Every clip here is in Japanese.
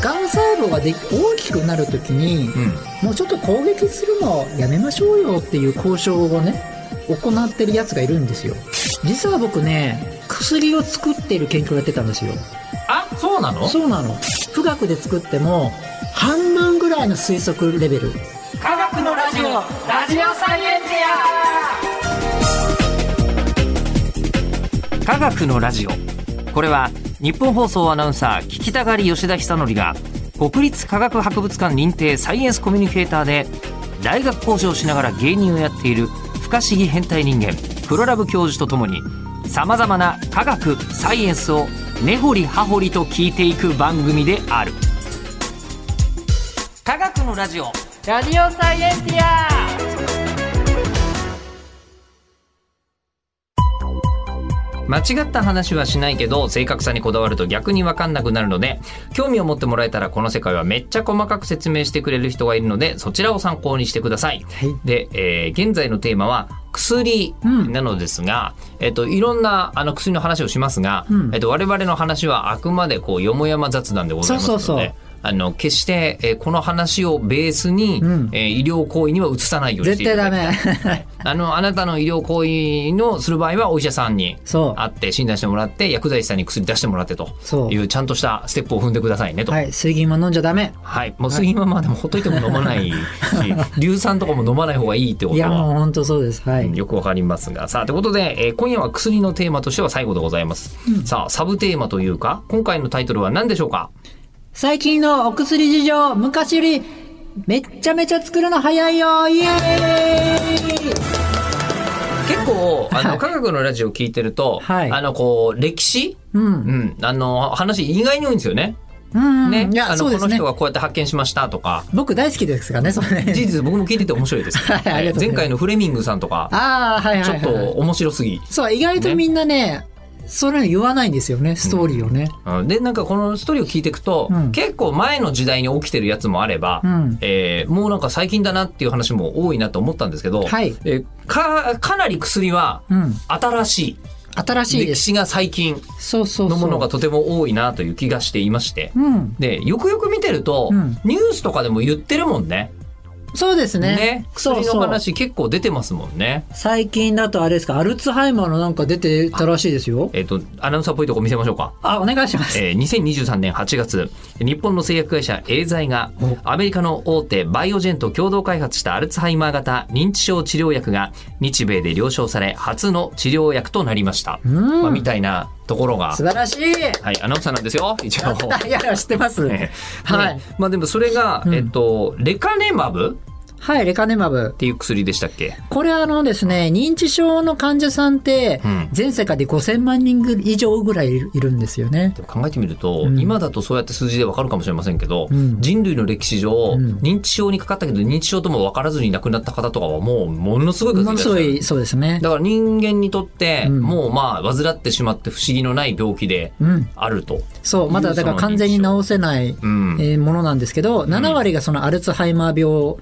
がん細胞がで大きくなるときに、もうちょっと攻撃するのやめましょうよっていう交渉をね行ってるやつがいるんですよ実は僕ね薬を作ってる研究をやってたんですよあそうなのそうなの富岳で作っても半分ぐらいの推測レベル科学のラジオラジオサイエンティア科学のラジオこれは日本放送アナウンサー聞きたがり吉田久典が国立科学博物館認定サイエンスコミュニケーターで大学講師をしながら芸人をやっている不可思議変態人間プロラブ教授とともにさまざまな科学サイエンスを根掘り葉掘りと聞いていく番組である科学のラジオラジオサイエンティア間違った話はしないけど正確さにこだわると逆に分かんなくなるので興味を持ってもらえたらこの世界はめっちゃ細かく説明してくれる人がいるのでそちらを参考にしてください。はいで、えー現在のテーマは薬うんなのですが、えっと、いろんなあの薬の話をしますが、うんえっと、我々の話はあくまでこうよもやま雑談でございますのでそうそうそうあの決して、えーこの話をベースに、うんえー医療行為には移さないようにして絶いた対だきたいダメあのあなたの医療行為のする場合はお医者さんにそう会って診断してもらって薬剤師さんに薬出してもらってとそういうちゃんとしたステップを踏んでくださいねと。ははいい水銀も飲んじゃダメもう睡眠はまあでもほっといても飲 まないし硫酸とかも飲まない方がいいってこいとやもうは本当そうですはい、よくわかりますがさあということで、えー今夜は薬のテーマとしては最後でございます、さあサブテーマというか今回のタイトルは何でしょうか最近のお薬事情昔よりめっちゃめちゃ作るの早いよイエーイ結構あの科学のラジオ聞いてると、はいあのこう歴史、うんうん、あの話意外に多いんですよね。うんね、いあやのそうですこのね人がこうやって発見しましたとか。僕大好きですからねそ れ事実僕も聞いてて面白いです。 はいありがとうございます前回のフレミングさんとか、ああはいはいちょはい、はっい、と面白すぎ。そう、意外とみんなね、それ言わないんですよね、ストーリーをね。うんで、なんかこのストーリーを聞いていくと、うん結構前の時代に起きてるやつもあれば、うんえーもうなんか最近だなっていう話も多いなと思ったんですけど、はいえーか、かなり薬はうん。新しい、新しいで歴す。史が最近そうそうそのう。ものがとても多いなという気がしていまして。うん。で、よくよく見てると、うんニュースとかでも言ってるもんね。そうですね。ね。そう薬そのう話結構出てますもんね。最近だとあれですか、アルツハイマーのなんか出てたらしいですよ。えっ、と、アナウンサーっぽいとこ見せましょうか。あ、お願いします。えー2023年8月日本の製薬会社エーザイがアメリカの大手バイオジェンと共同開発したアルツハイマー型認知症治療薬が日米で了承され初の治療薬となりました、んまあ、みたいなところが素、晴らしい。はい、アナウンサーなんですよ一応。 いやいや、知ってます。えーはい ねまあ、でもそれが、えっと、レカネマブっはい、レカネマブ。ていう薬でしたっけこれあのですね、認知症の患者さんってうん、全世界で5000万人以上ぐらいいるいるんですよね。でも考えてみると、ん今だとそうやって数字でわかるかもしれませんけど、うん人類の歴史上、ん認知症にかかったけど認知症とも分からずに亡くなった方とかはもうものすごい数いもらっのしすゃごるい、そうですね。だから人間にとって、うんもうまあ患ってしまって不思議のない病気でうん。あると、そう、まだだから完全に治せないうんえーものなんですけど、7割がそのアルツハイマー病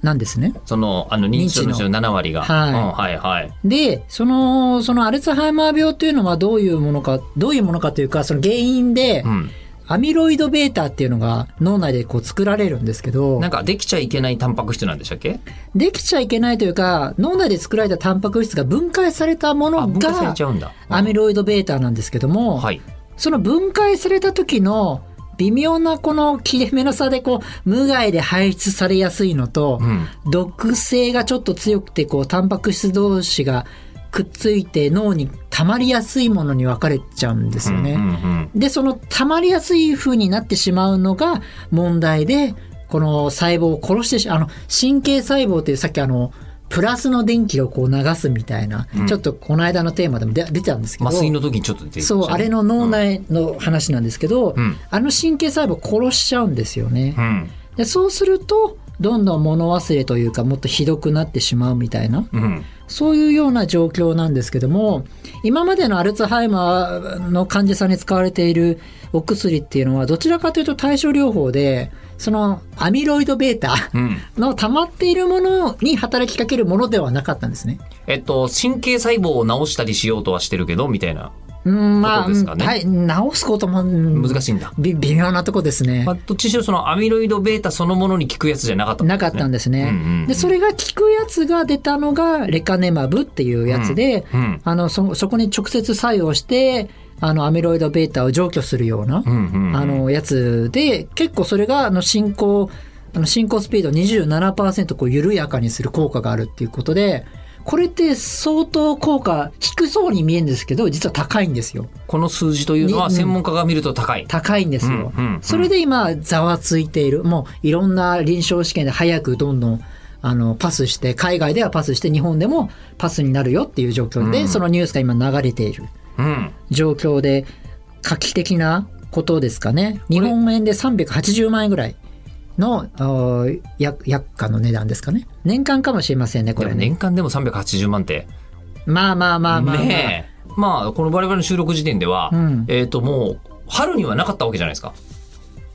なんですね。そのあの認知症のうちの7割が、はいうんはいはいで、その、そのアルツハイマー病というのはどういうものか、どういうものかというか、その原因で、うん、アミロイド β っていうのが脳内でこう作られるんですけどな、んかできちゃいけないタンパク質なんでしたっけできちゃいけないというか、脳内で作られたタンパク質が分解されたもあの分解されがち、ゃうんだ、うんアミロイド β なんですけども、はいその分解された時の微妙なこの切れ目の差でこう、無害で排出されやすいのと、うん毒性がちょっと強くてこうタンパク質同士がくっついて脳に溜まりやすいものに分かれちゃうんですよね。うんうんうんでその溜まりやすい風になってしまうのが問題でこの細胞を殺してしあの神経細胞というさっきあのプラスの電気をこう流すみたいな、うんちょっとこの間のテーマでも出出たんですけど麻酔の時にちょっと出てきましたそねうあれの脳内の話なんですけど、うんあの神経細胞を殺しちゃうんですよね。うんでそうするとどんどん物忘れというかもっとひどくなってしまうみたいなうんそういうような状況なんですけども今までのアルツハイマーの患者さんに使われているお薬っていうのはどちらかというと対症療法でそのアミロイド β うんの溜まっているものに働きかけるものではなかったんですね。えっと神経細胞を治したりしようとはしてるけどみたいなうん、まあ、ことですかねはい、直すことも難難しいんだ。び微妙なとこですねま。あ、どっちにしろそのアミロイド β そのものに効くやつじゃなかった、なかったんですね。うんうんうんで、それが効くやつが出たのがレカネマブっていうやつで、うんあの、そ、そこに直接作用して、あの、アミロイド β を除去するような、うんうんうんあの、やつで、結構それが、あの、進行、あの、進行スピードを27%こう緩やかにする効果があるっていうことで、これって相当効果低そうに見えるんですけど、実は高いんですよ。この数字というのはにうん専門家が見ると高い。高いんですよ。うんうんうんそれで今、ざわついている。もう、いろんな臨床試験で早くどんどん、あの、パスして、海外ではパスして、日本でもパスになるよっていう状況で、そのニュースが今流れているうん。状況で、画期的なことですかね。日本円で380万円ぐらいの、あー薬薬価の値段ですかね。年間かもしれませんね、こでもれね。年間でも380万って。まあまあまあまあ、まあ。ねえ。まあ、この我々の収録時点では、うんえっ、と、もう、春にはなかったわけじゃないですか。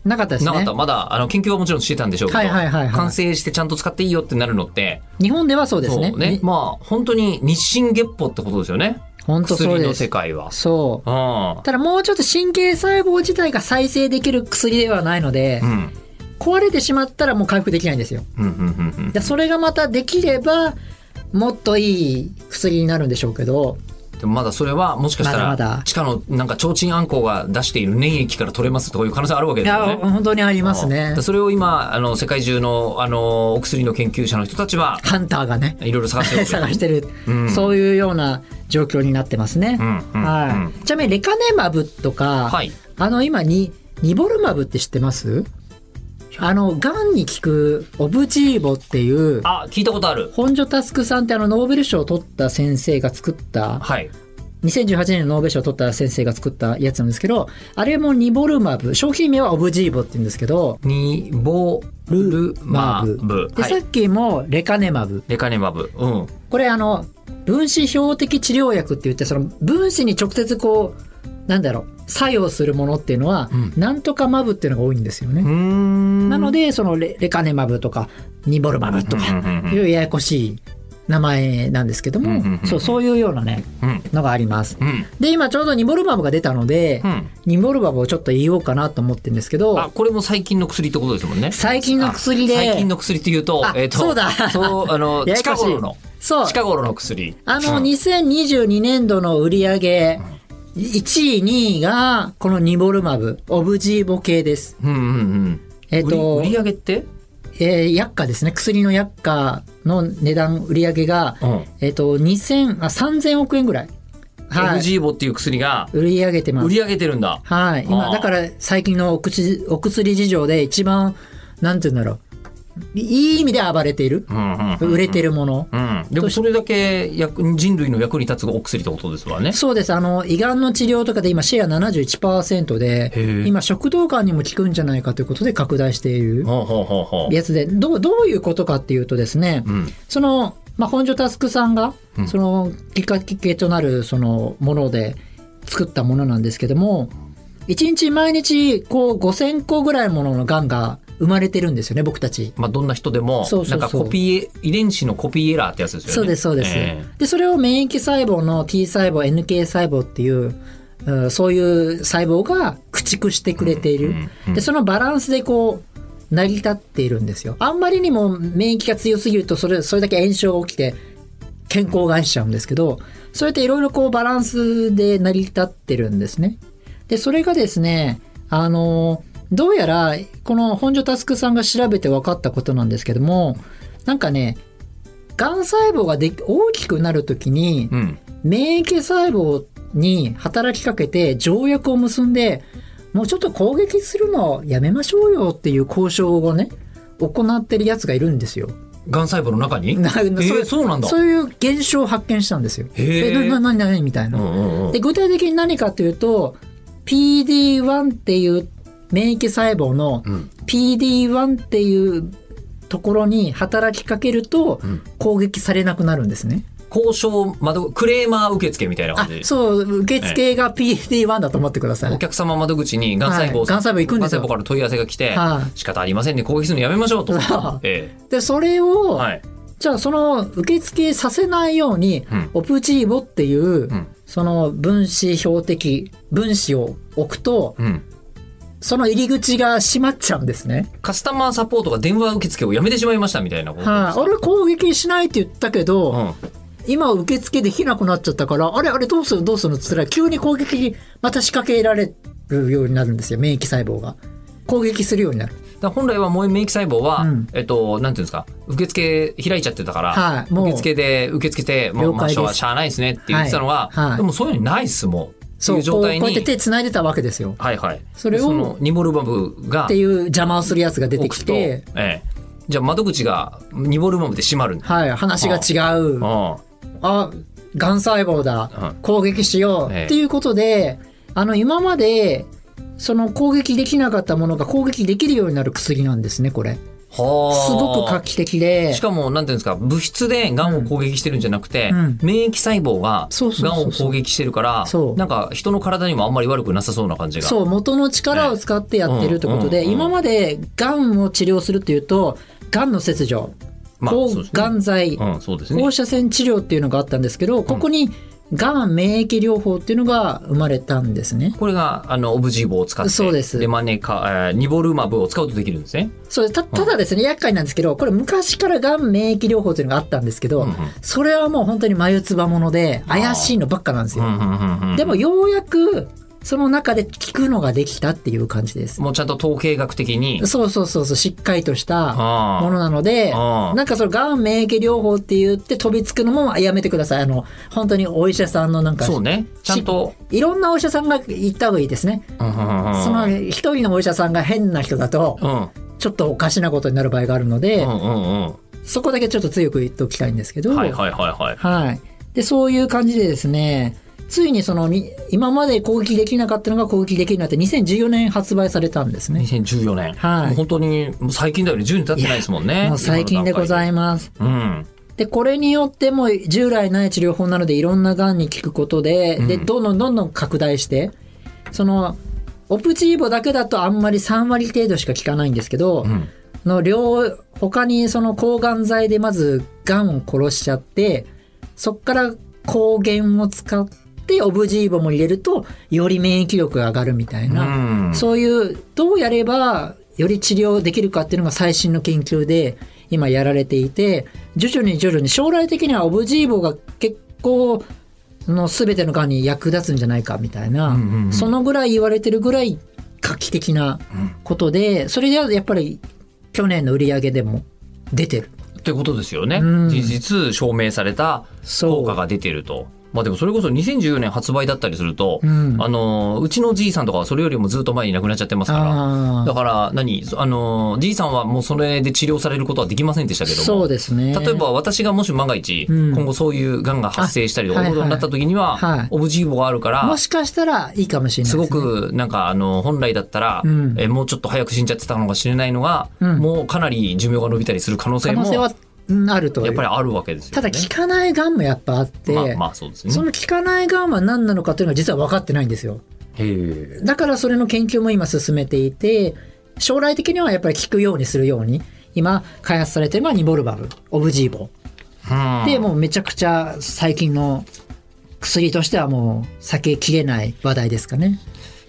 なかったですなかっねた。。まだ、あの、研究はもちろんしてたんでしょうけど、はいはいはいはい完成してちゃんと使っていいよってなるのって、日本ではそうですそうね。ね。にまあ、本当に日進月歩ってことですよね。本当そう薬ので世す。界は。そう。うただもうちょっと神経細胞自体が再生できる薬ではないので、ん。うん。壊れてしまったらもう回復できないんですよ。うん、うん、うんでそれがまたできれば、もっといい薬になるんでしょうけど、うん。でもまだそれは、もしかしたら、まだまだ地下のなんか、提灯あんこが出している粘液から取れますとかいう可能性あるわけいですよや、ね。本当にありますねうん。それを今、あの、世界中の、あの、お薬の研究者の人たちは、ハンターがね、いろいろ探してるわ探けしてる、うんそういうような状況になってますね。うんうんはうい。ちなみにレカネマブとか、はい。あの今に、ニボルマブって知ってますあの、癌に効くオブジーボっていう、あ、聞いたことある。本所佑さんってあのノーベル賞を取った先生が作ったはい。 2018年のノーベル賞を取った先生が作ったやつなんですけど、あれもニボルマブ、商品名はオブジーボって言うんですけど、ニボルマルブ。で、はさっい。きもレカネマブ。レカネマブ。うん。これあの、分子標的治療薬って言って、その分子に直接こう、なんだろう、作用するものっていうのは、うんなんとかマブっていうのが多いんですよね。んなので、で、そのレレカネマブとか、ニボルマブとか、うんうんうんいろいろややこしい名前なんですけどうんうんうんうもん、そう、そういうようなね、うん。のがあります。うん。で、今ちょうどニボルマブが出たので、うん。ニボルマブをちょっと言おうかなと思ってるんですけあ、ど、これも最近の薬ってことですもんね。最近の薬あで、最近の薬って言うとあ、えっと、そうだそう、あの、 ややこしい近頃の、そう、近頃の薬。あの、うん2022年度の売り上げ、1位、2位が、このニボルマブ、オブジーボ系です。うんうんうん。えっと売り売り上げってえー薬価ですね。薬の薬価の値段、売り上げが、うん。えっ、と、2000、あ、3000億円ぐらい。オはブい。ジーボっていう薬が売り上げてます売。り上げてるんだ。はい。あ今、ーだから最近のお薬お薬事情で一番、なんて言うんだろう。いいい意味で暴れている。うんうんうん売れてるもの。うん、でもそれだけ役人類の役に立つお薬ってことですわね。そうです。あの、胃がんの治療とかで今シェア71%へでえ、今食道がんにも効くんじゃないかということで拡大しているほうほうほうほう。やつで、どう、どういうことかっていうとですね、うんその、まあ、本所佑さんがう、んその、きっかけとなる、その、もので作ったものなんですけども、1日毎日、こう、5000個ぐらいものの癌が生まれてるんですよね、僕たち。まあ、どんな人でもそうそうそうなんかコピー遺伝子のコピーエラーってやつですよね。そうです、そうです。えで、それを免疫細胞の T 細胞、NK 細胞っていう、うんそういう細胞が駆逐してくれている。うんうんうんで、そのバランスでこう、成り立っているんですよ。あんまりにも免疫が強すぎると、それ、それだけ炎症が起きて、健康を害しちゃうんですけど、それっていろいろこうバランスで成り立ってるんですね。で、それがですね、あの、どうやら、この本所佑さんが調べて分かったことなんですけども、なんかね、がん細胞ができ大きくなるときにえ、うん。免疫細胞に働きかけて条約を結んで、もうちょっと攻撃するのをやめましょうよっていう交渉をね、行ってるやつがいるんですよ。がん細胞の中になえそうー、そうなんだ。そういう現象を発見したんですよ。へーえ、な、な、な、な、みたいな。うんうんうんで、具体的に何かというと、PD1 っていう免疫細胞のうん PD1 っていうところに働きかけるとん攻撃されなくなるんですね。交渉窓クレーマー受付みたいなあ感じ、そう、受付が PD1 だと思ってくださいお。客様窓口にがん細胞、はいがん細胞行くんですよが細胞から問い合わせが来て、はい仕方ありませんね攻撃するのやめましょうとそうええで、それをはい、ちじゃあその受付させないように、うんオプジーボっていう、うんその分子標的分子を置くとうんその入り口が閉まっちゃうんですね。カスタマーサポートが電話受付をやめてしまいましたみたいなことですはい、俺攻撃しないって言ったけど、うん今受付できなくなっちゃったから、あれあれどうするどうするっつったら、急に攻撃にまた仕掛けられるようになるんですよ、免疫細胞が。攻撃するようになる。だから本来は萌え免疫細胞は、うんえっと、なんていうんですか、受付開いちゃってたから、はいもう受付で、受付で、もう、了解まあ、ですしょうがしゃあないですねって言ってたのは、はいはいでもそういうのないっす、もう。ってそ、いううこ状うこう態やってに、手繋いでたわけですよ。はいはい。それをそのニモルバブがっていう邪魔をするやつが出て置きくてと、え、え、じゃあ窓口がニモルバブで閉まるんだ。はい、話が違う。うんあ、癌細胞だう。攻撃しよう。ええっていうことで、あの、今まで、その攻撃できなかったものが攻撃できるようになる薬なんですね、これ。はあすごく画期的で。しかも、なんていうんですか、物質で癌を攻撃してるんじゃなくて、うんうん免疫細胞がそうそうそう癌そうを攻撃してるからそ、うなんか人の体にもあんまり悪くなさそうな感じが。そう、元の力を使ってやってるってことええで、うんうんうん今まで癌を治療するっていうと、癌の切除、まあ抗そうですねがん剤、うん、そうですね放。射線治療っていうのがあったんですけど、ここにがん免疫療法っていうのが生まれたんですね。これが、あの、オブジーボを使って、そうですレマネカ、えーニボルマブを使うとできるんですね。そうたただですね、厄介なんですけど、これ昔からがん免疫療法っていうのがあったんですけど、うんうんそれはもう本当に眉唾もので、怪しいのばっかなんですうんよ。うんうんうんでも、ようやく、その中で効くのができたっていう感じです。もうちゃんと統計学的に、そうそうそうそう、しっかりとした、あーものなので、あーなんかそのがん免疫療法って言って飛びつくのもやめてください。あの、本当にお医者さんのなんか、そうね、ちゃんと、いろんなお医者さんが行った方がいいですね。うんうんうんその一人のお医者さんが変な人だと、うんちょっとおかしなことになる場合があるので、うんうんうんそこだけちょっと強く言っておきたいんですけど、はいはいはいはい。はい。で、そういう感じでですね、ついにそのに、今まで攻撃できなかったのが攻撃できるようになって、2014年発売されたんですね。 2014年。はいもう本当に、もう最近だよね、10年経ってないですもんね。もう最近でございいます。ます。で、これによってもう従来ない治療法なのでいろんな癌に効くことで、で、うんどんどんどんどん拡大して、その、オプチーボだけだとあんまり3割程度しか効かないんですけど、うん。うん。の両、他にその抗がん剤でまず癌を殺しちゃって、そっから抗原を使ってオブジーボも入れると、より免疫力が上がるみたいな、うんそういう、どうやればより治療できるかっていうのが最新の研究で今やられていて、徐々に徐々に将来的にはオブジーボが結構、その全ての癌に役立つんじゃないかみたいな、うんうんうんそのぐらい言われてるぐらい画期的なことで、それでやっぱり去年の売り上げでも出てる。ってことですよね。うん事実証明されたそ効う。果が出てると。まあでもそれこそ2014年発売だったりすると、うんあの、うちのじいさんとかはそれよりもずっと前に亡くなっちゃってますから。あだあから何、あの、じいさんはもうそれで治療されることはできませんでしたけども。そうですね。例えば私がもし万が一、うん今後そういう癌が発生したりとかあこういうことになった時にはは、いはいはいオブジーボがあるから、もしかしたらいいかもしれないすでごねく、なんか、あの、本来だったら、うんえーもうちょっと早く死んじゃってたのかしれないのが、うんもうかなり寿命が伸びたりする可能性可も、能性やはうんあるというっぱりあるわけですよたね。だ効かないがんもやっぱあって、まあ、まあ、そうですね。その効かないがんは何なのかというのは実は分かってないんですよ。へえ。だからそれの研究も今進めていて、将来的にはやっぱり効くようにするように、今開発されてるのはニボルバブ、オブジーボ。うんで、もうめちゃくちゃ最近の薬としてはもう避けきれない話題ですかね。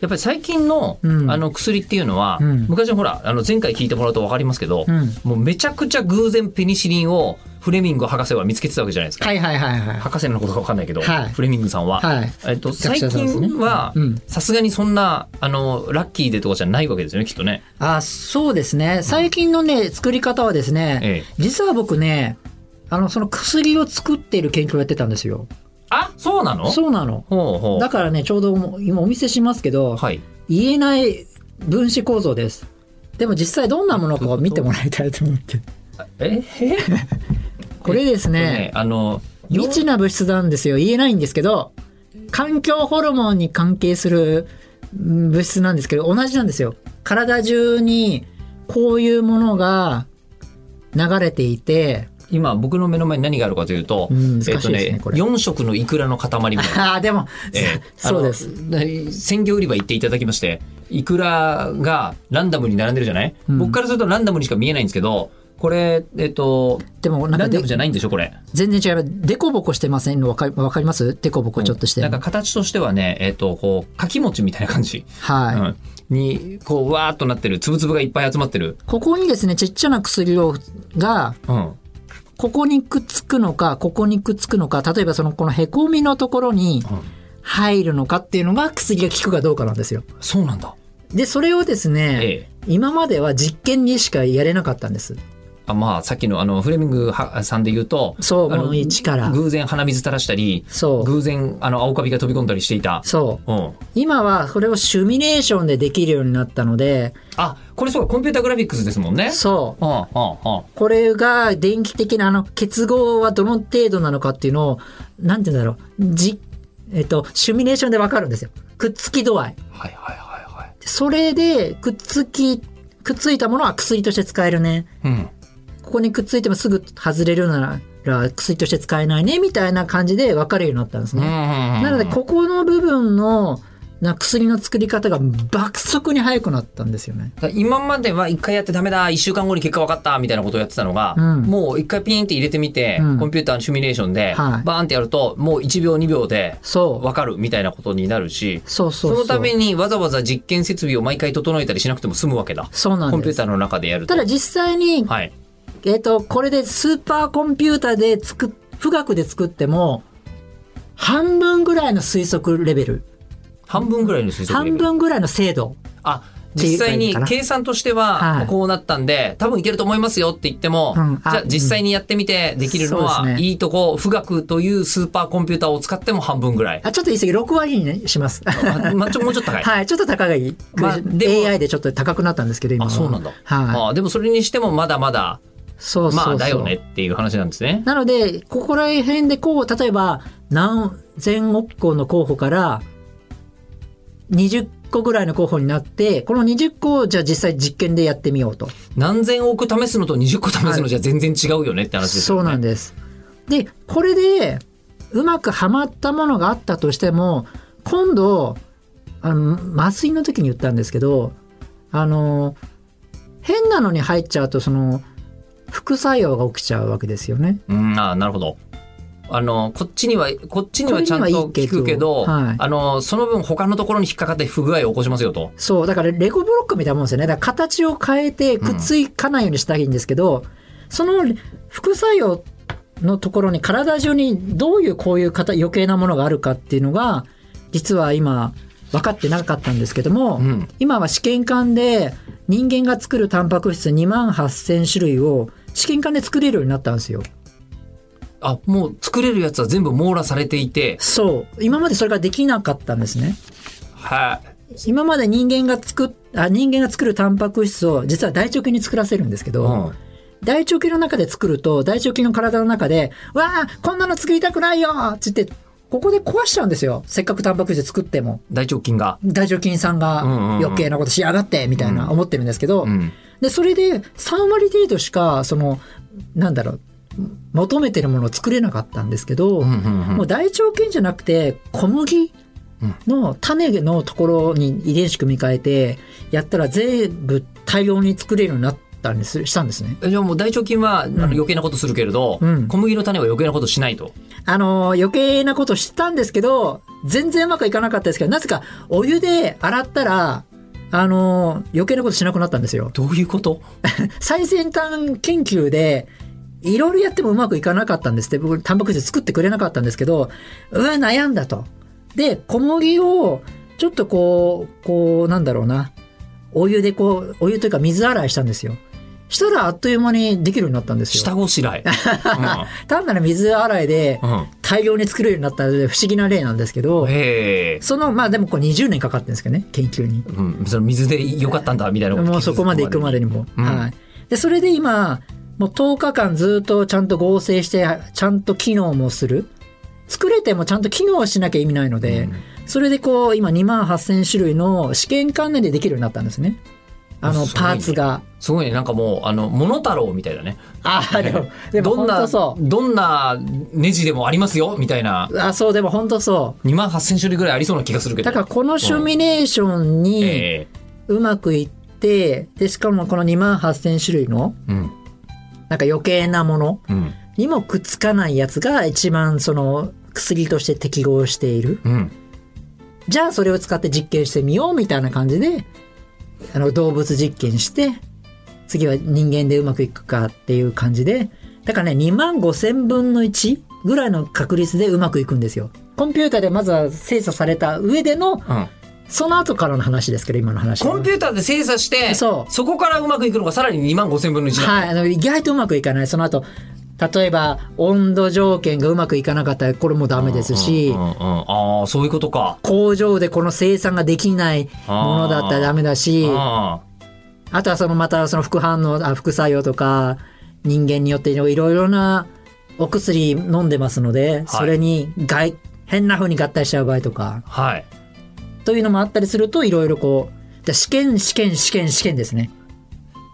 やっぱり最近の,、うんあの薬っていうのは、うん昔のほらあの前回聞いてもらうと分かりますけど、うんもうめちゃくちゃ偶然ペニシリンをフレミング博士は見つけてたわけじゃないですか。はいはいはいはい。博士のことか分かんないけど、はいフレミングさんは、はいえっと、学最者さんですね近はうんさすがにそんなあのラッキーでとかじゃないわけですよねきっとね。あ、そうですね。最近のね、作り方はですね、ええ実は僕ね、あの、その薬を作っている研究をやってたんですよ。あそうなのそうなの。ほうほうだからね、ちょうどもう今お見せしますけど、はい。言えない分子構造です。でも実際どんなものかを見てもらいたいと思って。ええこれですね、あの未知な物質なんですよ。言えないんですけど、環境ホルモンに関係するうん物質なんですけど、同じなんですよ。体中にこういうものが流れていて、 今僕の目の前に何があるかというと、うん難しいえでっとすねねこれ4色のイクラの塊みたいな。ああ、でも、ええ そうです。。あの鮮魚売り場行っていただきまして、イクラがランダムに並んでるじゃない、うん僕からするとランダムにしか見えないんですけど、これ、えっと、でもなんラかンダでムじゃないんでしょ、これ。全然違う。デコボコしてませんのわかわかりますデコボコちょっとしてなるんの。か形としてはね、えっと、こう、かき餅みたいな感じ。はい、うんに、こう、わーっとなってる、つぶつぶがいっぱい集まってる。ここにですね、ちっちゃな薬をが、うん。ここにくっつくのか、ここにくっつくのか、例えばそのこのへこみのところにうん入るのかっていうのが薬が効くかどうかなんですよ。そうなんだ。で、それをですね、ええ。今までは実験にしかやれなかったんです。あまあ、さっきのあの、フレミングはさんで言うと、そう、あこのの一から。偶然鼻水垂らしたり、そう。偶然、あの、青カビが飛び込んだりしていた。そう。うん。今はそれをシミュレーションでできるようになったので、あ、これそうか、コンピュータグラフィックスですもんね。そう。うん、うん、うん。これが電気的なあの結合はどの程度なのかっていうのを、なんて言うんだろう。じ、えっと、シミュレーションでわかるんですよ。くっつき度合い。はいはいはいはい。それで、くっつき、くっついたものは薬として使えるね。うん。ここにくっついてもすぐ外れるなら薬として使えないね、みたいな感じで分かるようになったんですね。ななので、ここの部分の、な薬の作り方が爆速に速くなったんですよね。今までは一回やってダメだ、一週間後に結果分かった、みたいなことをやってたのが、うんもう一回ピンって入れてみて、うんコンピューターのシミュレーションで、はいバーンってやると、もう1秒2秒でそ分かるみたいなことになるし、う。そうそう。そうのためにわざわざ実験設備を毎回整えたりしなくても済むわけだ。そうなコんンピでューす。ターの中でやると。ただ実際に、はい。えっ、と、これでスーパーコンピューターで作っ、富岳で作っても、半分ぐらいの推測レベル。半分ぐらいの推測レベ半ル分ぐらいの精度。あ、実際に計算としてははいこうなったんで、多分いけると思いますよって言っても、うんじゃああ実際にやってみてできるそのうでは、すねいいとこ、富岳というスーパーコンピューターを使っても半分ぐらい。あ、ちょっと言い過ぎ、6割に、ね、します。あまあ、ちょもうちょっと 高い。はい、ちょっと高い。まあでも AI でちょっと高くなったんですけど、今あ、は。そうなんだ。はい。あでもそれにしてもまだまだ、そうそうそう。まあだよね。っていう話なんですね。なので、ここら辺でこう、例えば、何千億個の候補から、20個ぐらいの候補になって、この20個をじゃあ実際実験でやってみようと。何千億試すのと20個試すのじゃ全然違うよねって話ですそうよね。なんです。で、これで、うまくはまったものがあったとしても、今度、あの、麻酔の時に言ったんですけど、あの、変なのに入っちゃうと、その、副作用が起きちゃうわけですよね。うん、あなるほど。あの、こっちには、こっちにはちゃんとこれにはい聞いけどくけど、はいあの、その分他のところに引っかかって不具合を起こしますよと。そう、だからレゴブロックみたいなもんですよね。だから形を変えてくっつかないようにしたらいいんですけど、その副作用のところに体中にどういうこういう形余計なものがあるかっていうのが、実は今分かってなかったんですけども、うん。今は試験管で人間が作るタンパク質2万8000種類を試験管で作れるようになったんですよ。あ、もう作れるやつは全部網羅されていて、そう。今までそれができなかったんですね。はい。今まで人間が作っあ人間が作るタンパク質を実は大腸菌に作らせるんですけど、うん。大腸菌の中で作ると、大腸菌の体の中で、わあ、こんなの作りたくないよつって、ここで壊しちゃうんですよ。せっかくタンパク質作っても。大腸菌が。大腸菌さんがうんうんうん余計なことしやがって、みたいな思ってるんですけど、うん。で、それで3割程度しか、その、なんだろう、求めてるものを作れなかったんですけど、うんうんうんもう大腸菌じゃなくて、小麦の種のところに遺伝子組み換えて、やったら全部大量に作れるようになったんです、したんですね。えじゃあもう大腸菌はあの余計なことするけれど、うん小麦の種は余計なことしないと。あのー余計なことしたんですけど、全然うまくいかなかったですけど、なぜかお湯で洗ったら、あのー余計なことしなくなったんですよ。どういうこと最先端研究で、いろいろやってもうまくいかなかったんですって、僕、タンパク質作ってくれなかったんですけど、うわ、悩んだと。で、小麦を、ちょっとこう、こう、なんだろうな。お湯でこう、お湯というか水洗いしたんですよ。したらあっという間にできるようになったんです下よ。ご しらえ。単なる水洗いでうんうん大量に作れるようになったので不思議な例なんですけど、へえ。その、まあでもこれ20年かかってるんですけどね、研究に。うん、その水でよかったんだみたいなこともうそこまで行くまでにも。うんはい。で、それで今、もう10日間ずっとちゃんと合成して、ちゃんと機能もする。作れてもちゃんと機能しなきゃ意味ないので、それでこう、今2万8000種類の試験管内でできるようになったんですね。あの、すごいねパーツが。すごいねなんかもうあの「モノタロウ」みたいだねああ、でも、でもどん本な当そどんなネジでもありますよみたいなう。あ、そう、でも本当そ2万8,000種類ぐらいありそうな気がするう。けどだからこのシミュレーションにええうまくいって、で、しかもこの2万8000種類のうんなんか余計なものうん。にもくっつかないやつが一番その薬として適合している。うん。じゃあそれを使って実験してみようみたいな感じで、あの動物実験して、次は人間でうまくいくかっていう感じで、だからね、2万5千分の1ぐらいの確率でうまくいくんですよ。コンピューターでまずは精査された上での、うん。その後からの話ですけど、今の話は。コンピューターで精査して、そうこからうまくいくのがさらに2万5千分の1だ。はい、あの意外とうまくいかない。その後、例えば温度条件がうまくいかなかったらこれもダメですし、うんうんうんああ、そういうことか。工場でこの生産ができないものだったらダメだし、ああとはそのまたその副反応、あ副作用とか、人間によっていろいろなお薬飲んでますので、それに外、変な風に合体しちゃう場合とか、あはい。というのもあったりするといろいろこう、じゃあ試験、試験、試験、試験ですね。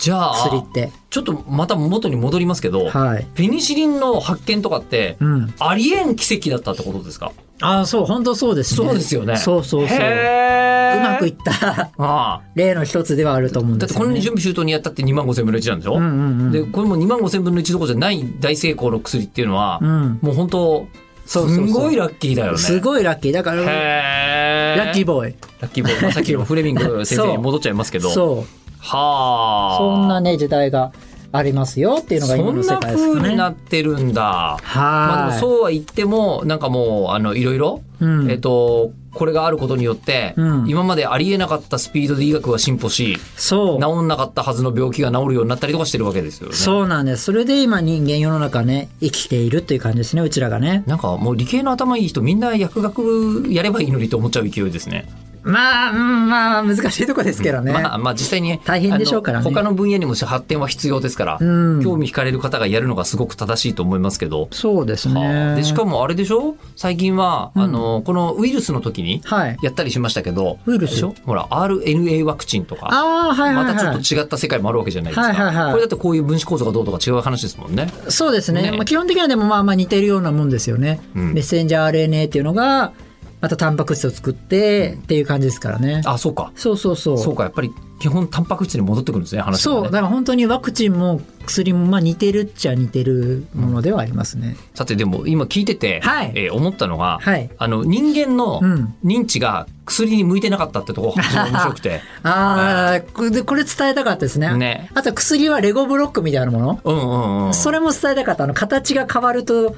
じゃ薬あっ、て。ちょっとまた元に戻りますけど、はい。ペニシリンの発見とかって、うん。ありえん奇跡だったってことですかああ、そう、本当そうですね。そうですよねそうそうそう。うへーまくいったああ。例の一つではあると思うんだでってすこよ、んなにね。準備周到にやったって2万5千分の1なんでしょ、うんうんうん。で、これも2万5千分の1どころじゃない大成功の薬っていうのは、うん。もう本当そうそうそうすんごいラッキーだよね。すごいラッキー。だから、ラへッキーボボーイ。ー。ラッキーボーイ。まあさっきのフレミング先生に戻っちゃいますけど。そう。はあ。そんなね、時代がありますよっていうのが今そのん世な界ですか風ね。になってるんだ。はまあでもい。そうは言っても、なんかもう、あの、いろいろ、うんえっと、これがあることによって、うん今までありえなかったスピードで医学は進歩し、そう。治んなかったはずの病気が治るようになったりとかしてるわけですよね。そうなんです。それで今人間世の中ね、生きているっていう感じですね、うちらがね。なんかもう理系の頭いい人みんな薬学やればいいのにと思っちゃう勢いですね。まあ、うん、まあ、難しいとこですけどね。まあまあ実際に大変でしょうからねあの他の分野にも発展は必要ですから、うん興味惹かれる方がやるのがすごく正しいと思いますけど。そうですはあね。でしかもあれでしょ最近は、あのこのウイルスの時にはい。やったりしましたけど、ウイルスでしょほら RNA ワクチンとか。ああ、はいはい、まはい。たちょっと違った世界もあるわけじゃないですか。はいはいはいこれだってこういう分子構造がどうとか違う話ですもんね。そうですね。ねまあ、基本的にはでもまあまあ似てるようなもんですよね。うんメッセンジャー RNA っていうのが、またタンパク質を作って、っていう感じですからね。あ、そうか。そうそうそう。そうか。やっぱり基本タンパク質に戻ってくるんですね、話がそう、ねだ。から本当にワクチンも薬もまあ似てるっちゃ似てるものではありますね。さてでも今聞いてて、はいえー思ったのが、はいあの人間のうん認知が薬に向いてなかったってとこが非常に面白く て。ああ、これでこれ伝えたかったですね。ねあと薬はレゴブロックみたいなもの、うんうんうん。それも伝えたかった。あの形が変わると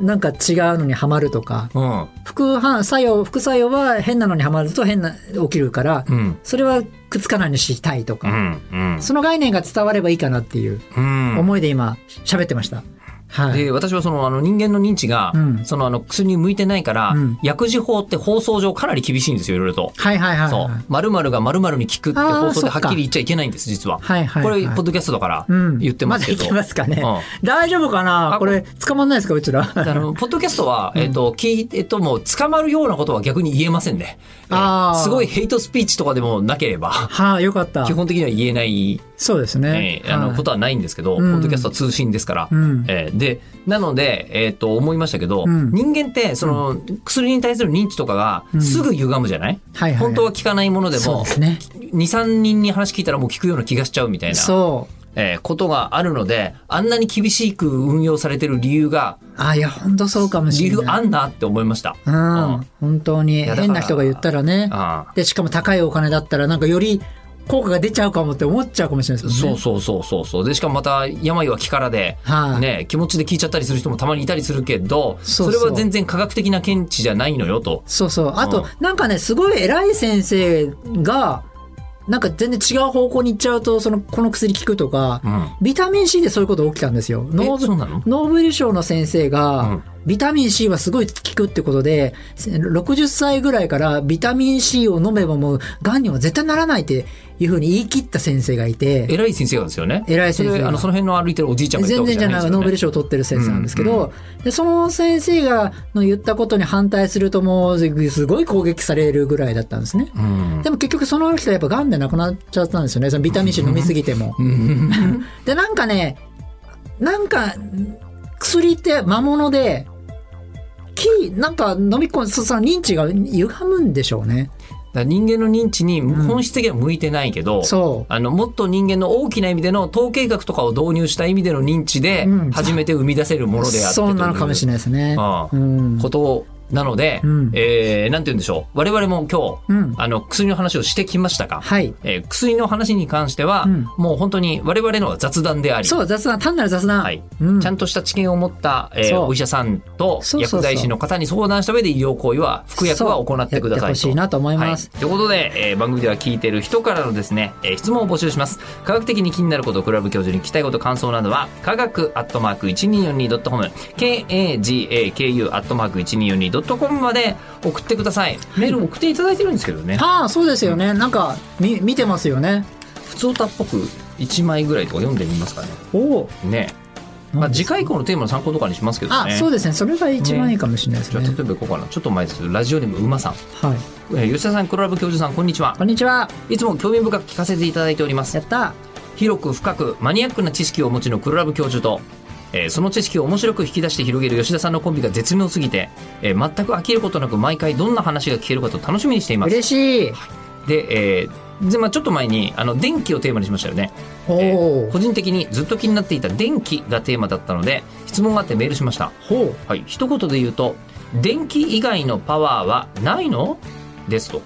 なんか違うのにはまるとか、うん。副反作用、副作用は変なのにはまると変な、起きるから、うん。それはくっつかないようにしたいとうか、ん。うん。その概念が伝わればいいかなっていううん。思いで今喋ってました。はい。で、私はその、あの、人間の認知が、うんその、あの、薬に向いてないから、うん薬事法って放送上かなり厳しいんですよ、いろいろと。はいはいはい。そう。〇〇が〇〇に効くってあー放送ではそっっきかり言っちゃいけないんです、実は。はいはい、こはい。れ、ポッドキャストだから、うん言ってますけど。まだいけますかね。う大丈夫かあなこれ、捕まんないですかうちら。あの、ポッドキャストは、えっ、と、聞いてとも、捕まるようなことは逆に言えませんね。えあーすごいヘイトスピーチとかでもなければ、はい、よかった基。本的には言えない、そうですねえ。ーあの、はいことはないんですけうど、んポッドキャストは通信ですから。うんえーで、なので、えっ、と、思いましたけど、うん人間って、その、薬に対する認知とかが、うんすぐ歪むじゃない、はいはい。本当は効かないものでそうもで、すね。 2、3人に話聞いたらもう効くような気がしちゃうみたいな、そう。えーことがあるので、あんなに厳しく運用されてる理由が、あ、いや、本当そうかもし理れ由なあい。んなって思いました。うん。本当に。やだから変な人が言ったらね。あで、しかも高いお金だったら、なんかより効果が出ちゃうかもって思っちゃうかもしれないあですもんそうね。そうそうそうそう。で、しかもまた、病は気からで、はい、ね、気持ちで聞いちゃったりする人もたまにいたりするけど、そそうれそうは全然科学的な見地じゃないのよと。そうそう。あうんと、なんかね、すごい偉い先生が、なんか全然違う方向に行っちゃうと、その、この薬効くとか、うん。ビタミン C でそういうこと起きたんですよ。え脳そうなのノーベル賞の先生が、うんビタミン C はすごい効くってことで、60歳ぐらいからビタミン C を飲めばもう、癌には絶対ならないっていうふうに言い切った先生がいて、偉い先生がですよね。偉い先生がそれあのその辺の歩いてるおじいちゃんが言っ全たわけ然じじゃゃないなでい、すよ、ね。ノーベル賞を取ってる先生なんですけうんうんど、でその先生がの言ったことに反対するともう、すごい攻撃されるぐらいだったんですね。うんでも結局その人はやっぱ癌で亡くなっちゃったんですよね。そのビタミン C 飲みすぎても。うん。で、なんかね、なんか、薬って魔物で、木、なんか飲み込む、そその認知が歪むんでしょうね。ら人間の認知に本質的には向いてないけど、そうあのもっと人間の大きな意味での統計学とかを導入した意味での認知でうん初めて生み出せるものであってそうなのかもしれないないですね。ああうん。ことなので、うんえーなんて言うんでしょう我々も今日、うんあの薬の話をしてきましたが、はい。えー薬の話に関しては、うんもう本当に我々の雑談でありそう、雑談、単なる雑談。はいうん、ちゃんとした知見を持った、えーそうお医者さんとそうそうそう薬剤師の方に相談した上で医療行為は服薬は行ってくださいそうやってほしいなと思います。はい、ということで、えー番組では聞いてる人からのですね、えー質問を募集します科学的に気になることクラブ教授に聞きたいこと感想などは科学アットマーク 1242.com kagaku アットマーク 1242.com まで送ってくださいメール送っていただいてるんですけどねああ、そうですよね。なんか、み、見てますよね。普通歌っぽく1枚ぐらいとか読んでみますかねおお。ねまあ次回以降のテーマの参考とかにしますけどねあ、そうですね。それが一番いいかもしれないでじすゃあね。例えばいこうかなちょっと前ですけどラジオネーム馬さん、はい。えー吉田さん黒ラブ教授さんこんにちはこんにちは。いつも興味深く聞かせていただいておりますやった。広く深くマニアックな知識をお持ちの黒ラブ教授と、えーその知識を面白く引き出して広げる吉田さんのコンビが絶妙すぎて、えー全く飽きることなく毎回どんな話が聞けるかと楽しみにしています嬉しい。で,、えーでまあ、ちょっと前にあの電気をテーマにしましたよねおえおー。個人的にずっと気になっていた電気がテーマだったので質問があってメールしましたほう。はい、一言で言うと電気以外のパワーはないのですと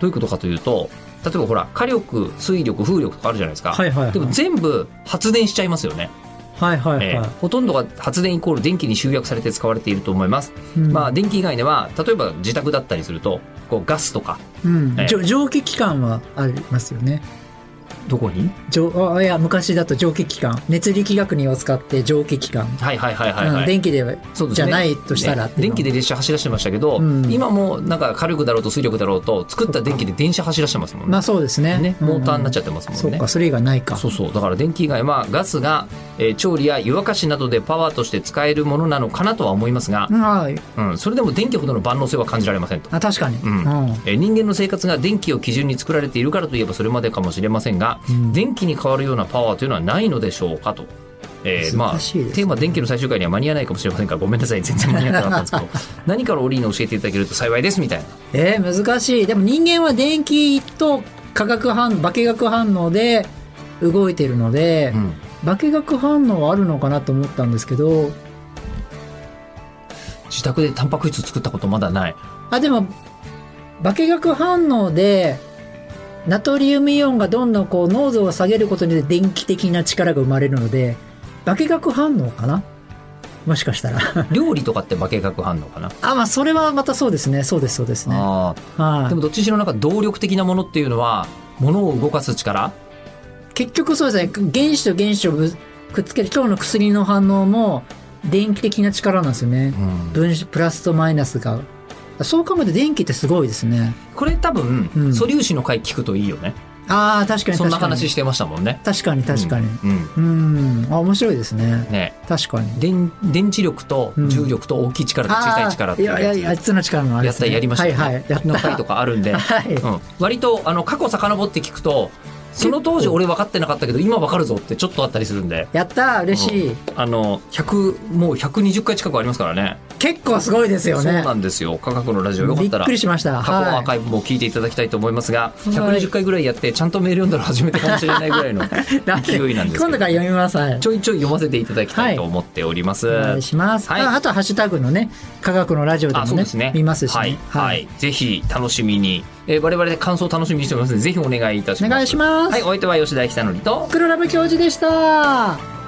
どういうことかというと例えばほら火力水力風力とかあるじゃないですか、はいはいはいでも全部発電しちゃいますよね、はいはいはい。えーほとんどが発電イコール電気に集約されて使われていると思います、うんまあ、電気以外では例えば自宅だったりするとこうガスとかうんえー。じょ蒸気機関はありますよね。どこに蒸あいや昔だと蒸気機関熱力学にを使って蒸気機関、はいはいはいはい、はいうん電気ではそうですじねゃないとしたらっねていうの電気で列車走らせてましたけど、うん今もうなんか火力だろうと水力だろうと作った電気で電車走らせてますもんね,、まあそうですねねうんモーターになっちゃってますもんね、そうかそれ以外ないかそうそうだから電気以外はガスが、えー調理や湯沸かしなどでパワーとして使えるものなのかなとは思いますが、うんはいうん、それでも電気ほどの万能性は感じられませんと。あ確かに、うんえー人間の生活が電気を基準に作られているからといえばそれまでかもしれませんが、うん電気に変わるようなパワーというのはないのでしょうかと。えーまあ、難しいですねテーマ「電気」の最終回には間に合わないかもしれませんがごめんなさい全然間に合わなかったんです けど何から折りの教えていただけると幸いですみたいなえー難しいでも人間は電気と化学反化学反応で動いてるので、うん化学反応はあるのかなと思ったんですけど自宅でタンパク質作ったことま だないあでも化学反応でナトリウムイオンがどんどんこう濃度を下げることによって電気的な力が生まれるので化学反応かなもしかしたら 料理とかって化学反応かな、あまあそれはまたそうですねそうですそうですねはああでもどっちにしろなんか動力的なものっていうのは物を動かす力い結局そうですね原子と原子をぶくっつける今日の薬の反応も電気的な力なんですよね分子プラスとマイナスがそう考えて電気ってすごいですねこれ多分、うん素粒子の回聞くといいよねああ確かにそ確んなかに話してましたもんね確かに確かにうんうんうんあ面白いですねね確かに電電磁力とうん重力と大きい力と小さい力っていうあーいやいや、あやいつの力のあつれでやっすたね、りやりましたよねはいはい、やっの回た。とかあるんで、はい、うん、割とあの過去遡って聞くとその当時俺分かってなかったけど今分かるぞってちょっとあったりするんでやった、嬉しい、あの100もう120回近くありますからね結構すごいですよそうね。なんですよ科学のラジオよかびっったらくりしました。過去のアーはカイブも聞いていただきたいと思いますが、はい120回ぐらいやってちゃんとメール読んだの初めてかもしれないぐらいのい。だって 勢いなんですけど今度から読みます。はいちょいちょい読ませていただきたいと思っております。お願いします。はいああとはハッシュタグのね、科学のラジオでもあ、そうねですね。見ますし、ね、はい、はい、ぜひ楽しみに、えー、我々で感想を楽しみにしておりますので、ぜひお願いいたします。お願いしますはい、お相手は吉田久典と。黒ラブ教授でした。